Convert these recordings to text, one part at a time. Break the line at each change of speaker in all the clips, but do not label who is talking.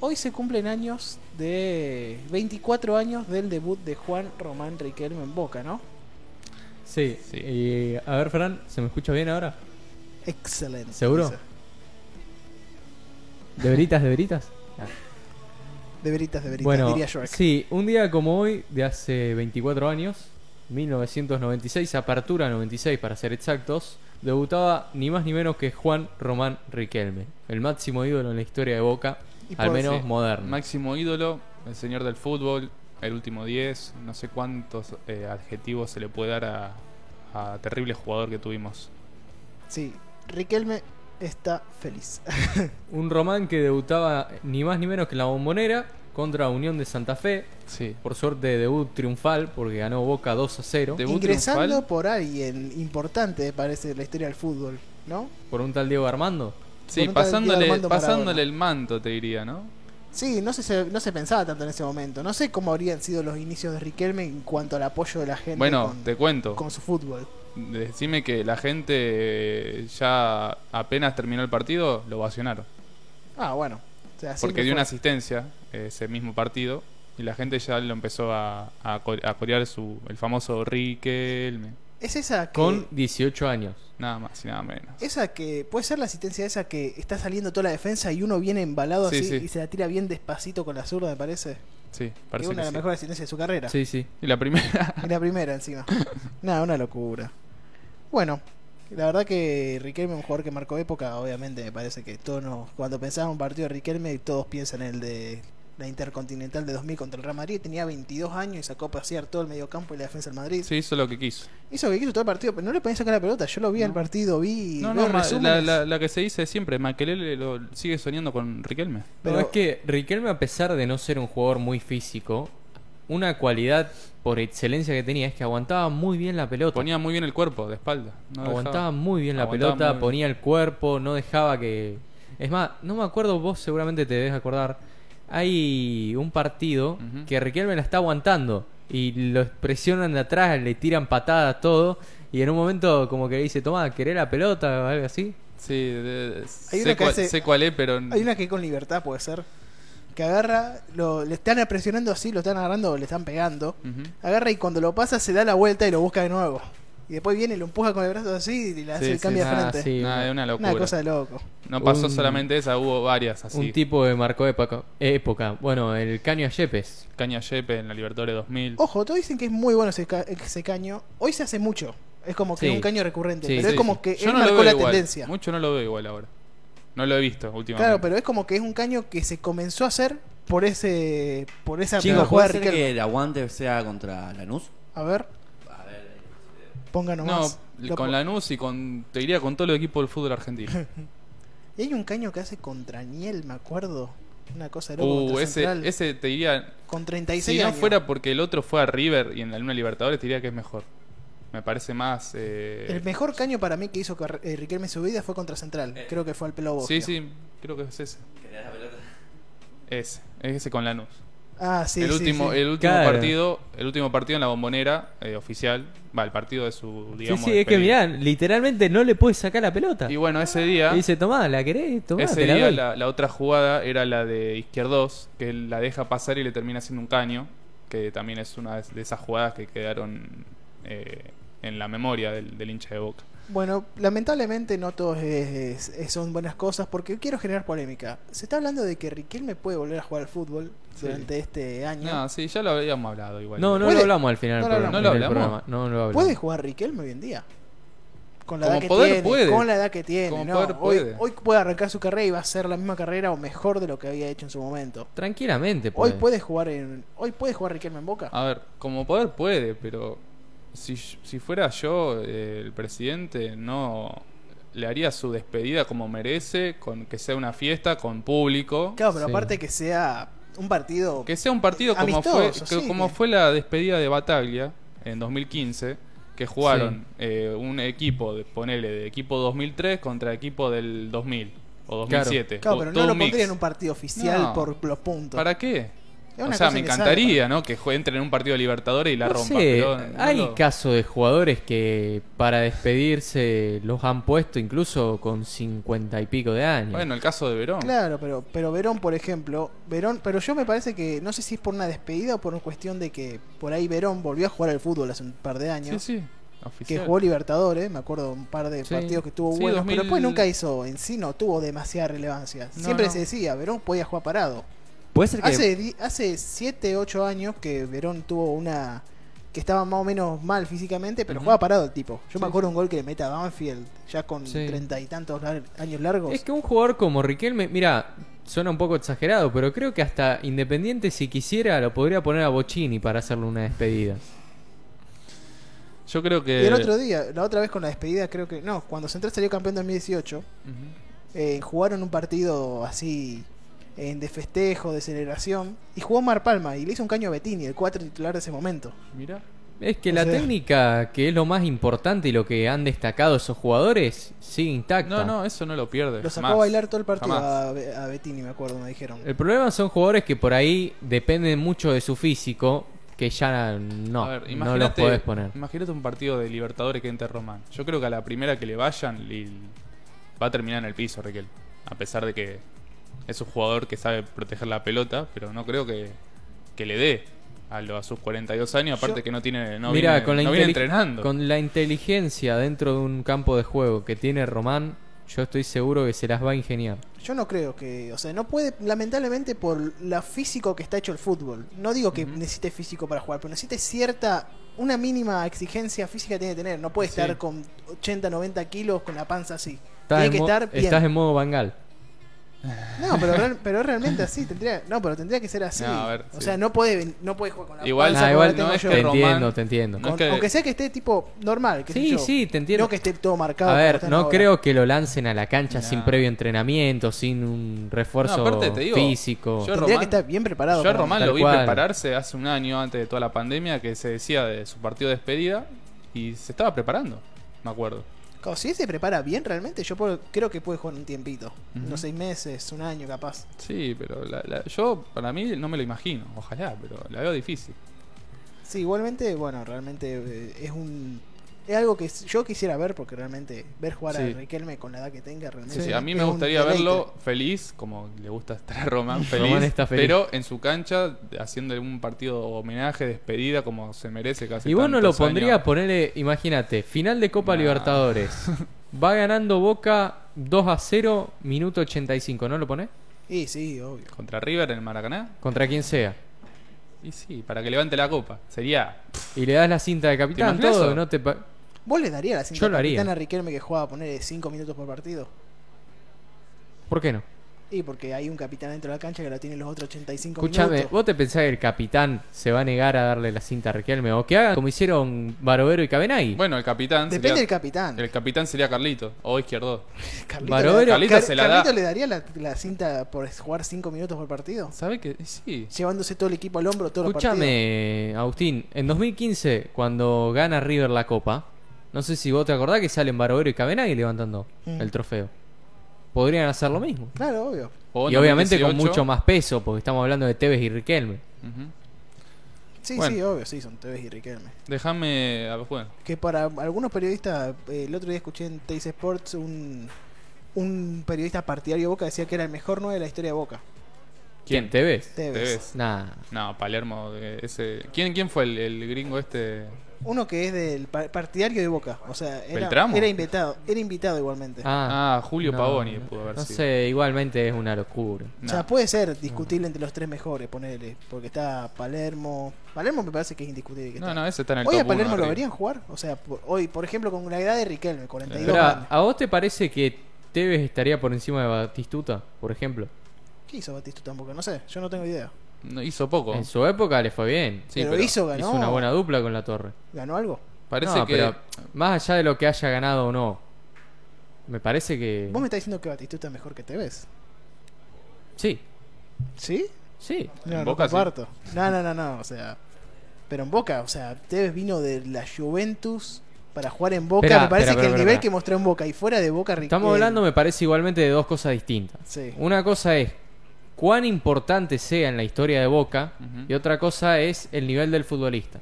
hoy se cumplen años de 24 años del debut de Juan Román Riquelme en Boca, ¿no?
Sí, sí. Y, a ver, Fran, ¿se me escucha bien ahora?
Excelente.
¿Seguro? ¿De veritas, de veritas?
De veritas, de veritas,
Bueno,
diría Shrek.
sí, un día como hoy, de hace 24 años, 1996, apertura 96 para ser exactos, debutaba ni más ni menos que Juan Román Riquelme, el máximo ídolo en la historia de Boca,
Y
al
por-
menos
Sí.
moderno.
Máximo ídolo, el señor del fútbol, el último 10, no sé cuántos eh, adjetivos se le puede dar a, a terrible jugador que tuvimos.
Sí, Riquelme está feliz.
Un Román que debutaba ni más ni menos que en la bombonera contra Unión de Santa Fe,
Sí.
por suerte debut triunfal porque ganó Boca 2 a 0
Debut
Ingresando
triunfal.
por alguien importante, parece, en la historia del fútbol, ¿no?
por un tal Diego Armando.
Sí,
Con un tal Diego
pasándole,
Armando Maradona.
pasándole el manto, te diría, ¿no?
Sí, no se- se, no se pensaba tanto en ese momento. No sé cómo habrían sido los inicios de Riquelme en cuanto al apoyo de la gente
Bueno,
con,
te cuento.
con su fútbol.
Decime que la gente eh, ya apenas terminó el partido, lo vacionaron.
Ah, bueno. O sea, siempre
Porque dio
fue
una
así.
asistencia eh, ese mismo partido y la gente ya lo empezó a, a, co- a corear su, el famoso Riquelme.
Es esa que...
Con 18 años.
Nada más y nada menos.
Esa que puede ser la asistencia esa que está saliendo toda la defensa y uno viene embalado
Sí,
así
sí.
y se la tira bien despacito con la zurda, me parece.
Sí,
Que es
parece
una
que
de las
sí.
mejores asistencias de su carrera.
Sí, sí.
Y la primera.
Y la primera encima. Nada, una locura. Bueno, la verdad que Riquelme es un jugador que marcó época, obviamente me parece que todos nos- cuando pensamos en un partido de Riquelme, todos piensan en el de la Intercontinental de 2000 contra el Real Madrid, tenía 22 años y sacó a pasear todo el mediocampo y la defensa del Madrid.
Sí, hizo lo que quiso.
Hizo lo que quiso todo el partido, pero no le podían sacar la pelota, yo lo vi al partido, vi
No,
veo
no, ma- la,
resúmenes,
la- la que se dice siempre, Maquelele lo sigue soñando con Riquelme.
pero
Pero es que Riquelme, a pesar de no ser un jugador muy físico, una cualidad por excelencia que tenía es que aguantaba muy bien la pelota.
Ponía muy bien el cuerpo de espalda. no
aguantaba
dejaba.
muy bien la
Aguantaba
pelota,
muy bien.
ponía el cuerpo, no dejaba que... Es más, no me acuerdo, vos seguramente te debes acordar, hay un partido
Ujú.
que Riquelme la está aguantando y lo presionan de atrás, le tiran patadas, todo, y en un momento como que le dice, toma, querés la pelota o algo así.
Sí, de- de-
una
sé,
que
cuál,
hace-
sé cuál es, pero.
Hay una que con libertad puede ser. Que agarra, lo, le están presionando así, lo están agarrando, le están pegando.
Ujú.
Agarra y cuando lo pasa se da la vuelta y lo busca de nuevo. Y después viene, lo empuja con el brazo así y le hace
Sí,
el
sí,
cambio de
ah,
frente.
sí,
Nada,
una-
es una locura.
Una cosa de loco.
No pasó
Un-
solamente esa, hubo varias así.
Un tipo que marcó época, época. Bueno, el Caño a Yepes.
Caña Yepe en la Libertadores 2000.
Ojo, todos dicen que es muy bueno ese, ca- ese caño. Hoy se hace mucho. Es como que
Sí.
un caño recurrente.
Sí,
pero
sí,
es
sí.
como que
Yo
él
no lo
marcó
veo
la
igual.
tendencia.
Mucho no lo veo igual ahora. No lo he visto últimamente.
Claro, pero es como que es un caño que se comenzó a hacer por ese por esa
Chicos,
jugada
¿puede
de
ser
Riquelme.
que el aguante sea contra Lanús?
A ver,
A ver,
ponga
No,
nomás. Lo
con
po-
Lanús y con. Te diría con todo el equipo del fútbol argentino.
Y hay un caño que hace contra Niel, me acuerdo. Una cosa de loco.
uh,
contra
ese,
Central.
ese te diría.
con 36
si no
años.
fuera porque el otro fue a River y en la Luna Libertadores, te diría que es mejor. Me parece más. eh,
El mejor caño para mí que hizo Car- eh, Riquelme en su vida fue contra Central. Creo que fue al pelo Bobbio.
Sí, sí, creo que es ese. Ese, es ese con Lanús.
Ah, sí,
el
sí,
último,
sí.
el último
Claro.
partido, el último partido en la bombonera eh, oficial, va, el partido de su digamos.
sí, sí, es que
despedida.
mirá, literalmente no le puedes sacar la pelota.
Y
Y,
bueno, ese día,
dice, tomá, ¿la querés? Tomá,
ese
te la
día
doy".
la, la otra jugada era la de Izquierdos, que él la deja pasar y le termina haciendo un caño, que también es una de esas jugadas que quedaron eh, en la memoria del, del hincha de Boca.
Bueno, lamentablemente no todos es- es- son buenas cosas porque quiero generar polémica. Se está hablando de que Riquelme puede volver a jugar al fútbol
Sí.
durante este año.
No, sí, ya lo habíamos hablado igual.
No, no
¿Puede?
lo hablamos al final
No
del
lo
programa-
hablamos.
en el
¿No lo
programa. No, no lo hablamos.
¿Puede jugar Riquelme hoy en día? Con la
Como
edad que
poder,
tiene,
puede.
con la edad que tiene,
Como
no,
poder,
hoy,
puede.
hoy puede arrancar su carrera y va a ser la misma carrera o mejor de lo que había hecho en su momento.
Tranquilamente pues.
Hoy
puede.
puede jugar en, hoy puede jugar Riquelme en Boca.
A ver, como poder puede, pero si, si fuera yo eh, el presidente, no le haría su despedida como merece, con que sea una fiesta, con público.
Claro, pero
Sí.
aparte que sea un partido
Que sea un partido como
Amistoso,
fue,
sí,
que- como
que-
fue la despedida de Bataglia en 2015, que jugaron eh, un equipo, de, ponele, de equipo 2003 contra equipo del 2000 o 2007.
Claro,
o-
pero
todo
no lo
un mix.
pondría en un partido oficial
No.
por los puntos.
¿Para qué?
Es una
o sea,
cosa
me
que sale,
encantaría, ¿no? Que jue- entre en un partido de Libertadores y la
No
rompa.
sé,
pero no
hay
lo-
casos de jugadores que para despedirse los han puesto incluso con cincuenta y pico de años.
Bueno, el caso de Verón.
Claro, pero, pero Verón, por ejemplo, Verón, pero yo me parece que, no sé si es por una despedida o por una cuestión de que por ahí Verón volvió a jugar al fútbol hace un par de
Sí,
años,
sí.
que
Oficial.
jugó Libertadores, me acuerdo un par de
Sí.
partidos que tuvo
Sí,
buenos,
2000.
pero después nunca hizo, en sí no tuvo demasiada relevancia.
No,
Siempre
no.
se decía, Verón podía jugar parado.
Puede ser que.
Hace, di- hace 7, 8 años que Verón tuvo una. que estaba más o menos mal físicamente, pero
Ujú.
jugaba parado el tipo. Yo
Sí,
me acuerdo un gol que le meta a Banfield, ya con
Sí.
treinta y tantos lar- años largos.
Es que un jugador como Riquelme, mira, suena un poco exagerado, pero creo que hasta Independiente, si quisiera, lo podría poner a Bochini para hacerle una despedida.
Yo creo que.
Y el otro día, la otra vez con la despedida, creo que. No, cuando Central salió campeón en 2018,
Ujú.
eh, jugaron un partido así. en- de festejo, de celebración. Y jugó Mar Palma y le hizo un caño a Bettini, el cuatro titular de ese momento.
Mirá.
Es que
O
la
sea-
técnica, que es lo más importante y lo que han destacado esos jugadores, sigue intacta.
No, no, eso no lo pierde.
Lo sacó
jamás.
a bailar todo el partido
Jamás.
a, Be- a Bettini, me acuerdo, me dijeron.
El problema son jugadores que por ahí dependen mucho de su físico, que ya no,
A ver,
no los
imagínate,
podés poner.
imagínate un partido de Libertadores que entre Román. Yo creo que a la primera que le vayan li- va a terminar en el piso, Riquel. A pesar de que es un jugador que sabe proteger la pelota, pero no creo que, que le dé a, lo- a sus 42 años. Aparte
Yo-
que no tiene no
Mira,
viene,
con, la
no viene
inteli-
entrenando.
con la inteligencia dentro de un campo de juego que tiene Román, yo estoy seguro que se las va a ingeniar.
Yo no creo que, o sea, no puede, lamentablemente por la físico que está hecho el fútbol. No digo que
Ujú.
necesite físico para jugar, pero necesite cierta, una mínima exigencia física tiene que tener. No puede
Sí.
estar con 80, 90 kilos con la panza así.
Estás,
tiene
en,
que
mo-
estar bien.
estás en modo Bangal.
No, pero, real- pero es realmente así. Tendría, no, pero tendría que ser así.
No, a ver,
o
sí.
sea, no puede, ven- no puede jugar con la
Igual-
panza.
Ah,
como
igual
la tengo
no es
yo.
que
te
Román-
entiendo, te entiendo.
No es
Con-
que-
Aunque sea que esté tipo normal. qué sé
Sí,
yo.
sí, te entiendo.
No que esté todo marcado.
A
como
ver,
está
no
ahora.
creo que lo lancen a la cancha
No.
sin previo entrenamiento, sin un refuerzo
No, aparte te digo,
físico.
yo-
Tendría que
Román-
estar bien preparado.
Yo a
para-
Román
tal
lo vi
cual.
prepararse hace un año antes de toda la pandemia que se decía de su partido de despedida y se estaba preparando, me acuerdo.
Claro, si él se prepara bien realmente, yo puedo- creo que puede jugar un tiempito.
Ujú.
Unos seis meses, un año capaz.
Sí, pero la- la- yo para mí no me lo imagino, ojalá, pero la veo difícil.
Sí, igualmente, bueno, realmente eh, es un... Es algo que s- yo quisiera ver porque realmente ver jugar a
Sí.
Riquelme con la edad que tenga realmente...
Sí, sí, a mí me
es un
gustaría
deleite.
verlo feliz, como le gusta estar a Román feliz,
Román está feliz.
pero en su cancha haciendo un partido homenaje, despedida, como se merece casi.
y vos no lo
tantos años.
pondrías, ponele, imagínate, final de Copa
Nah.
Libertadores. Va ganando Boca 2 a 0, minuto 85, ¿no lo ponés?
Y sí, obvio.
contra River en el Maracaná.
Contra quien sea.
Y sí, para que levante la copa. Sería
Y le das la cinta de capitán,
imaginas
todo,
eso?
no te pa-
¿Vos le darías la cinta
Yo lo haría.
capitán a Riquelme que juega a poner 5 minutos por partido?
¿Por qué no?
Y porque hay un capitán dentro de la cancha que la tiene los otros 85
Escúchame,
minutos.
¿vos te pensás que el capitán se va a negar a darle la cinta a Riquelme? O que hagan como hicieron Barovero y Cabenagui.
bueno el capitán.
Depende
sería-
del capitán.
El capitán sería Carlito o Izquierdo.
Carlito,
Barovero-
le, da-
Carlito
Car-
se la da.
Carlito le daría la, la cinta por jugar 5 minutos por partido.
¿Sabe que Sí.
Llevándose todo el equipo al hombro, todos los partidos.
Escúchame, Agustín, en 2015, cuando gana River la Copa, no sé si vos te acordás que salen Barovero y Cabenagui levantando
Mm.
el trofeo. Podrían hacer lo mismo.
Claro, obvio.
O
y obviamente
2018.
con mucho más peso, porque estamos hablando de Tevez y Riquelme.
Ujú.
Sí,
Bueno.
sí, obvio, sí, son Tevez y Riquelme.
Déjame. a ver, Bueno,
Que para algunos periodistas, eh, el otro día escuché en Teis Sports un, un periodista partidario de Boca decía que era el mejor 9 de la historia de Boca.
¿Quién? ¿Tevez?
Tevez.
Tevez.
Nah.
No, Palermo. eh, Ese... ¿Quién, ¿Quién fue el, el gringo este?
Uno que es del pa- partidario de Boca. O sea, era,
¿Beltramo?
era invitado, era invitado igualmente.
Ah,
Ah, Julio
no,
Pavoni
no,
pudo haber
No
sido.
sé, igualmente es una locura.
O
No.
sea, puede ser discutible entre los tres mejores, ponele. Porque está Palermo. Palermo me parece que es indiscutible. que
No,
está.
no, ese está en el
hoy
top
a Palermo
uno de
lo
arriba.
verían jugar. O sea, por- hoy, por ejemplo, con la edad de Riquelme, 42
Pero,
años.
¿a vos te parece que Tevez estaría por encima de Batistuta, por ejemplo?
¿Qué hizo Batistuta tampoco? No sé, yo no tengo idea.
No, hizo poco.
En su época le fue bien.
Sí,
pero,
pero
hizo, ganó.
Hizo una buena dupla con la torre.
¿Ganó algo?
Parece
No,
que.
pero más allá de lo que haya ganado o no, me parece que...
Vos me estás diciendo que Batistuta es mejor que Tevez.
Sí,
¿Sí?
sí.
No,
En
no
Boca, sí.
comparto. No, no, no, no, o sea. Pero en Boca, o sea, Tevez vino de la Juventus para jugar en Boca.
Esperá,
me parece
esperá,
que
esperá,
el nivel
esperá.
que mostró en Boca y fuera de Boca, Riquelme-
Estamos hablando, me parece, igualmente de dos cosas distintas.
eh, Sí.
Una cosa es cuán importante sea en la historia de Boca
Ujú.
y otra cosa es el nivel del futbolista.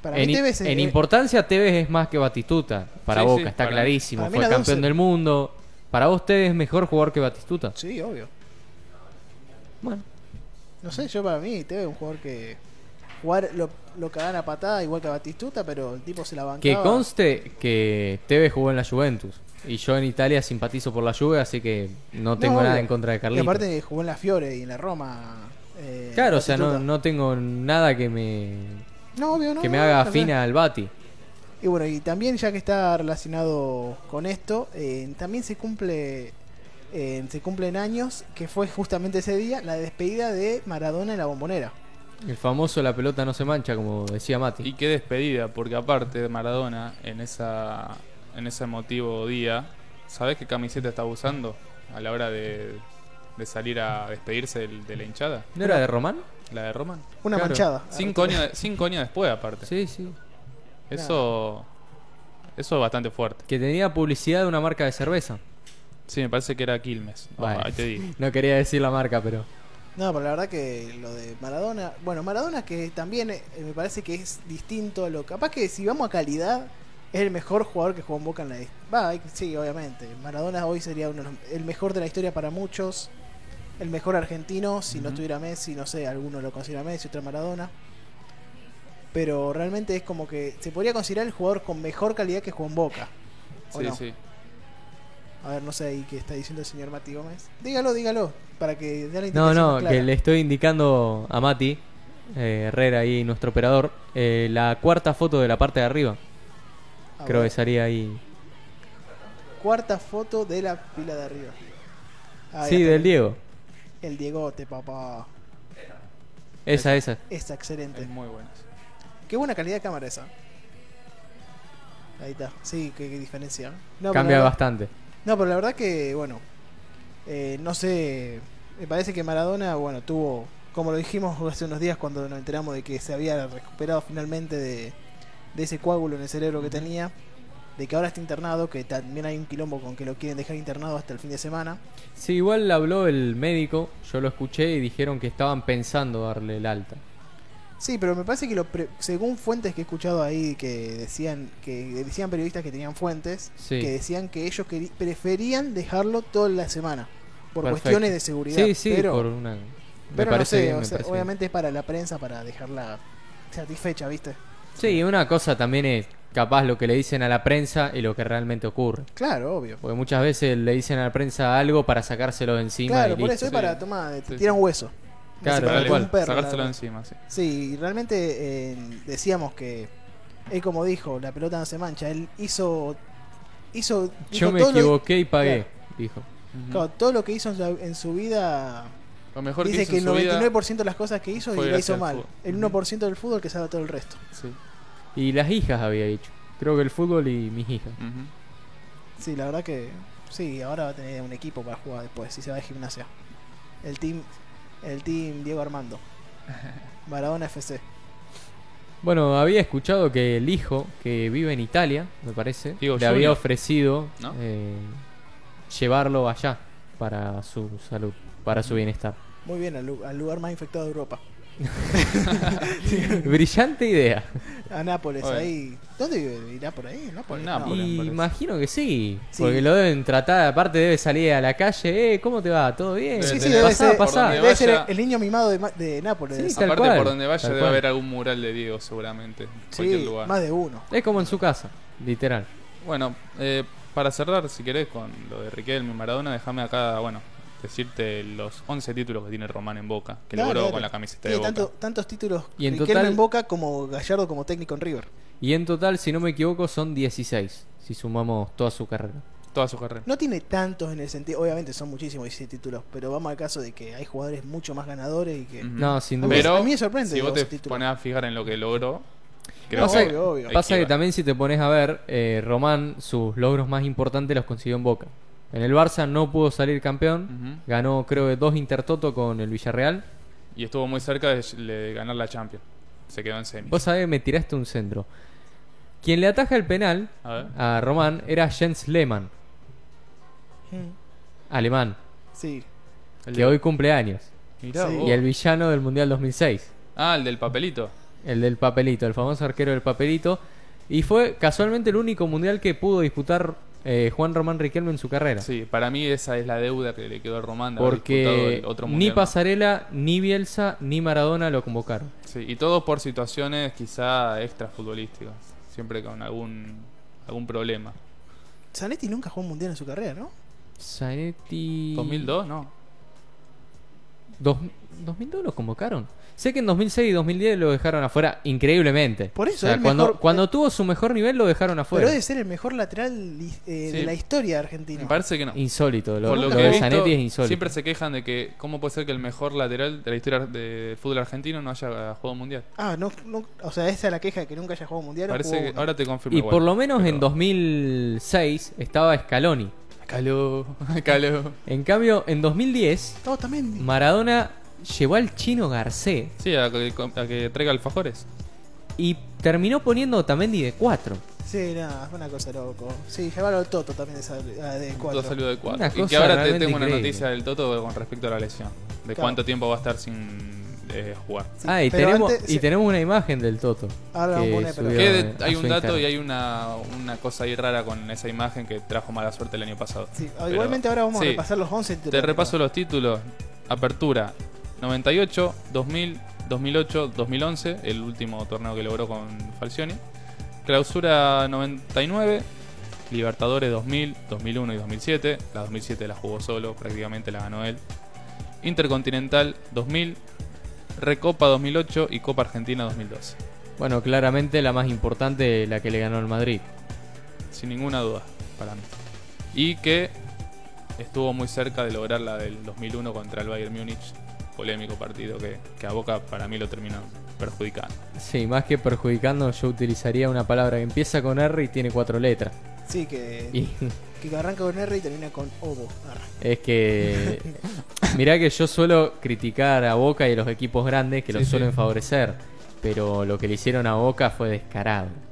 Para
En,
mí Tevez es-
en importancia Tevez es más que Batistuta para
Sí,
Boca,
sí,
está
para mí.
clarísimo.
Para mí
Fue
las dos
campeón
se-
del mundo. Para vos Tevez es mejor jugador que Batistuta.
Sí, obvio.
Bueno,
No sé, yo para mí Tevez es un jugador que jugar lo, lo cagan a patada igual que a Batistuta, pero el tipo se la bancaba.
que conste que Tevez jugó en la Juventus y yo en Italia simpatizo por la Juve, así que no
No,
tengo nada
obvio.
en contra de
Y
Carlitos.
aparte jugó en la Fiore y en la Roma. eh,
claro, o sea, no,
Batistuta.
no tengo nada que me
No, obvio, no,
que me
no,
haga
no,
afina al Bati.
Y bueno, y también ya que está relacionado con esto, eh, también se cumple eh, se cumplen años, que fue justamente ese día, la despedida de Maradona en la bombonera.
El famoso la pelota no se mancha, como decía Mati.
Y qué despedida, porque aparte de Maradona, en esa en ese emotivo día, ¿sabes qué camiseta estaba usando a la hora de, de salir a despedirse del- de la hinchada?
¿No era de Román?
¿La de Roman?
Una
Claro.
manchada.
Cinco años, cinco años después, aparte.
Sí, sí.
Eso, eso es bastante fuerte.
Que tenía publicidad de una marca de cerveza.
Sí, me parece que era Quilmes. Ah,
Bueno,
ahí te digo.
no quería decir la marca, pero.
No, pero la verdad que lo de Maradona, bueno, Maradona que también eh, me parece que es distinto a lo capaz que si vamos a calidad es el mejor jugador que jugó en Boca en la va, hay- sí, obviamente. Maradona hoy sería uno de los- el mejor de la historia para muchos, el mejor argentino, si no
Ujú.
estuviera Messi, no sé, alguno lo considera Messi, otro Maradona. Pero realmente es como que se podría considerar el jugador con mejor calidad que jugó en Boca. ¿o
Sí,
no?
sí.
A ver, no sé ahí qué está diciendo el señor Mati Gómez. Dígalo, dígalo, para que dé la
No,
indicación
no,
Este más clara.
que le estoy indicando a Mati, eh, Herrera ahí, nuestro operador, eh, la cuarta foto de la parte de arriba.
Ah,
Creo
bueno.
que salía ahí.
Cuarta foto de la pila de arriba. Ahí
sí,
está.
del Diego.
El Diegote, papá.
Esa, esa.
Está excelente.
Es muy bueno. eso.
Qué buena calidad de cámara esa. Ahí está. Sí, qué, qué diferencia. ¿no? No,
Cambia
pero la,
bastante.
No, pero la verdad que, bueno, eh, no sé. Me parece que Maradona, bueno, tuvo, como lo dijimos hace unos días cuando nos enteramos de que se había recuperado finalmente de, de ese coágulo en el cerebro que tenía, de que ahora está internado, que también hay un quilombo con que lo quieren dejar internado hasta el fin de semana.
Sí, igual habló el médico, yo lo escuché y dijeron que estaban pensando darle el alta.
Sí, pero me parece que lo pre- según fuentes que he escuchado ahí que decían que decían periodistas que tenían fuentes
Sí.
que decían que ellos queri- preferían dejarlo toda la semana por
Perfecto.
cuestiones de seguridad.
Sí, sí,
pero,
por una. me
pero no
parece
sé,
bien,
o
me
sea,
parece bien.
obviamente es para la prensa para dejarla satisfecha, ¿viste?
Sí, una cosa también es capaz lo que le dicen a la prensa y lo que realmente ocurre.
Claro, obvio.
Porque muchas veces le dicen a la prensa algo para sacárselo de encima.
claro,
y
por
listo.
eso es
sí.
para tomar, te
Sí,
tiran hueso. Para
Claro, tal
que
Dale,
cual.
un perro, la
sacárselo
verdad.
encima, sí.
Sí, y realmente eh, decíamos que él como dijo, la pelota no se mancha, él hizo hizo
Yo
dijo
me
todo lo-
equivoqué y pagué, dijo.
Ujú.
Claro, todo lo que hizo en, la- en su vida.
Lo mejor
dice
que hizo
que
en
el
su vida-
99% de las cosas que hizo
fue
y la
gracias
hizo
al
mal.
fútbol.
El
Ujú.
1% del fútbol que sabe todo el resto.
Sí.
Y las hijas había dicho. Creo que el fútbol y mis hijas.
Ujú.
Sí, la verdad que. Sí, ahora va a tener un equipo para jugar después si se va de gimnasia. El team, el team Diego Armando. Maradona FC.
Bueno, había escuchado que el hijo que vive en Italia, me parece,
Digo,
le
Junior,
había ofrecido
¿no?
eh, llevarlo allá para su salud, para su bienestar.
Muy bien, al, lu- al lugar más infectado de Europa.
Brillante idea.
A Nápoles,
Bueno.
ahí. ¿Dónde vive? ¿Irá por ahí? ¿Nápoles?
Por Nápoles.
No.
Y
parece.
imagino que sí,
Sí.
porque lo deben tratar, aparte debe salir a la calle, eh, ¿cómo te va? ¿Todo bien?
Sí, sí,
Debe tener-
debe
pasá,
ser,
pasá.
Por
debe ser
vaya-
el niño mimado de, Ma- de Nápoles.
Sí,
debe ser.
tal
Aparte,
cual,
por donde vaya
tal
debe
cual.
haber algún mural de Diego, seguramente. En cualquier
Sí,
lugar.
más de uno.
Es como en su casa, literal.
Bueno, eh, para cerrar, si querés, con lo de Riquelme y Maradona, déjame acá, bueno, decirte los 11 títulos que tiene Román en Boca, que
Dale,
logró
dale.
con la camiseta de
Tiene
Boca.
tanto- tantos títulos
Y en
Riquelme
total-
en Boca como Gallardo como técnico en River.
Y en total, si no me equivoco, son 16, si sumamos toda su carrera.
Toda su carrera.
No tiene tantos en el sentido, obviamente son muchísimos 16 títulos, pero vamos al caso de que hay jugadores mucho más ganadores y que...
Ujú.
No, sin duda.
Pero
A mí me sorprende
si vos
los
te
títulos.
pones a fijar en lo que logró, creo
No,
que
obvio, obvio.
Pasa que
equivale.
también si te pones a ver, eh, Román sus logros más importantes los consiguió en Boca. En el Barça no pudo salir campeón,
Ujú.
ganó creo que dos Intertoto con el Villarreal.
Y estuvo muy cerca de, de ganar la Champions. Se quedó en semi.
Vos sabés, me tiraste un centro. Quien le ataja el penal
A ver.
a Román era Jens Lehmann,
Mm,
alemán.
Sí.
El
que
de- Oh.
hoy cumple años.
Mirá
Sí.
vos.
Y el villano del Mundial 2006.
Ah, el del papelito.
El del papelito, el famoso arquero del papelito. Y fue casualmente el único mundial que pudo disputar eh, Juan Román Riquelme en su carrera.
Sí, para mí esa es la deuda que le quedó a Román de haber disputado
porque
el otro
ni
mundial.
Pasarela, ni Bielsa, ni Maradona lo convocaron.
Sí, y todo por situaciones quizá extra futbolísticas, siempre con algún algún problema.
Zanetti nunca jugó un mundial en su carrera, ¿no?
Zanetti.
2002, no.
Dos- 2002 lo convocaron. Sé que en 2006 y 2010 lo dejaron afuera increíblemente.
Por eso,
O sea,
el
cuando,
mejor-
cuando tuvo su mejor nivel lo dejaron afuera.
Pero debe ser el mejor lateral eh, de
Sí.
la historia argentina.
Me parece que no.
Insólito. Lo,
Por lo
lo
que he
de
visto,
Zanetti es insólito.
siempre se quejan de que cómo puede ser que el mejor lateral de la historia del fútbol argentino no haya jugado un mundial.
Ah, no, no- o sea, esa es la queja de que nunca haya jugado un mundial.
Parece que ahora te confirmo.
Y
igual,
por lo menos
pero-
en 2006 estaba Scaloni.
Caló, caló.
En cambio, en 2010,
Todos también.
Maradona llevó al chino Garcé
Sí, a que, a que traiga alfajores.
y terminó poniendo a Otamendi de 4.
Sí, nada, fue una cosa loco. Sí, llevaron al Toto también de, sal- ah, de cuatro.
Todo salió de
Una
cuatro. Y que
cosa
ahora te
realmente
tengo una
increíble.
noticia del Toto con respecto a la lesión. De
Claro.
cuánto tiempo va a estar sin eh, jugar.
Sí,
ah, y
pero
tenemos,
antes-
y
sí,
tenemos una imagen del Toto.
Ahora vamos
que
a poner, pero-
subió,
Que
eh,
hay
a
un
su
dato y
Instagram.
hay una, una cosa ahí rara con esa imagen que trajo mala suerte el año pasado.
sí,
Pero-
igualmente ahora vamos
sí.
a repasar los 11
Te repaso los títulos. Apertura 98, 2000, 2008, 2011, el último torneo que logró con Falcioni. Clausura 99, Libertadores 2000, 2001 y 2007. La 2007 la jugó solo, prácticamente la ganó él. Intercontinental 2000, Recopa 2008 y Copa Argentina 2012.
Bueno, claramente la más importante, la que le ganó al Madrid.
sin ninguna duda para mí. Y que estuvo muy cerca de lograr la del 2001 contra el Bayern Múnich, polémico partido que, que a Boca para mí lo terminó perjudicando.
Sí, más que perjudicando, yo utilizaría una palabra que empieza con R y tiene cuatro letras.
Sí, que,
Y
que arranca con R y termina con Ovo. Arre.
es que. Mirá que yo suelo criticar a Boca y a los equipos grandes que
Sí,
los
sí.
suelen favorecer. Pero lo que le hicieron a Boca fue descarado.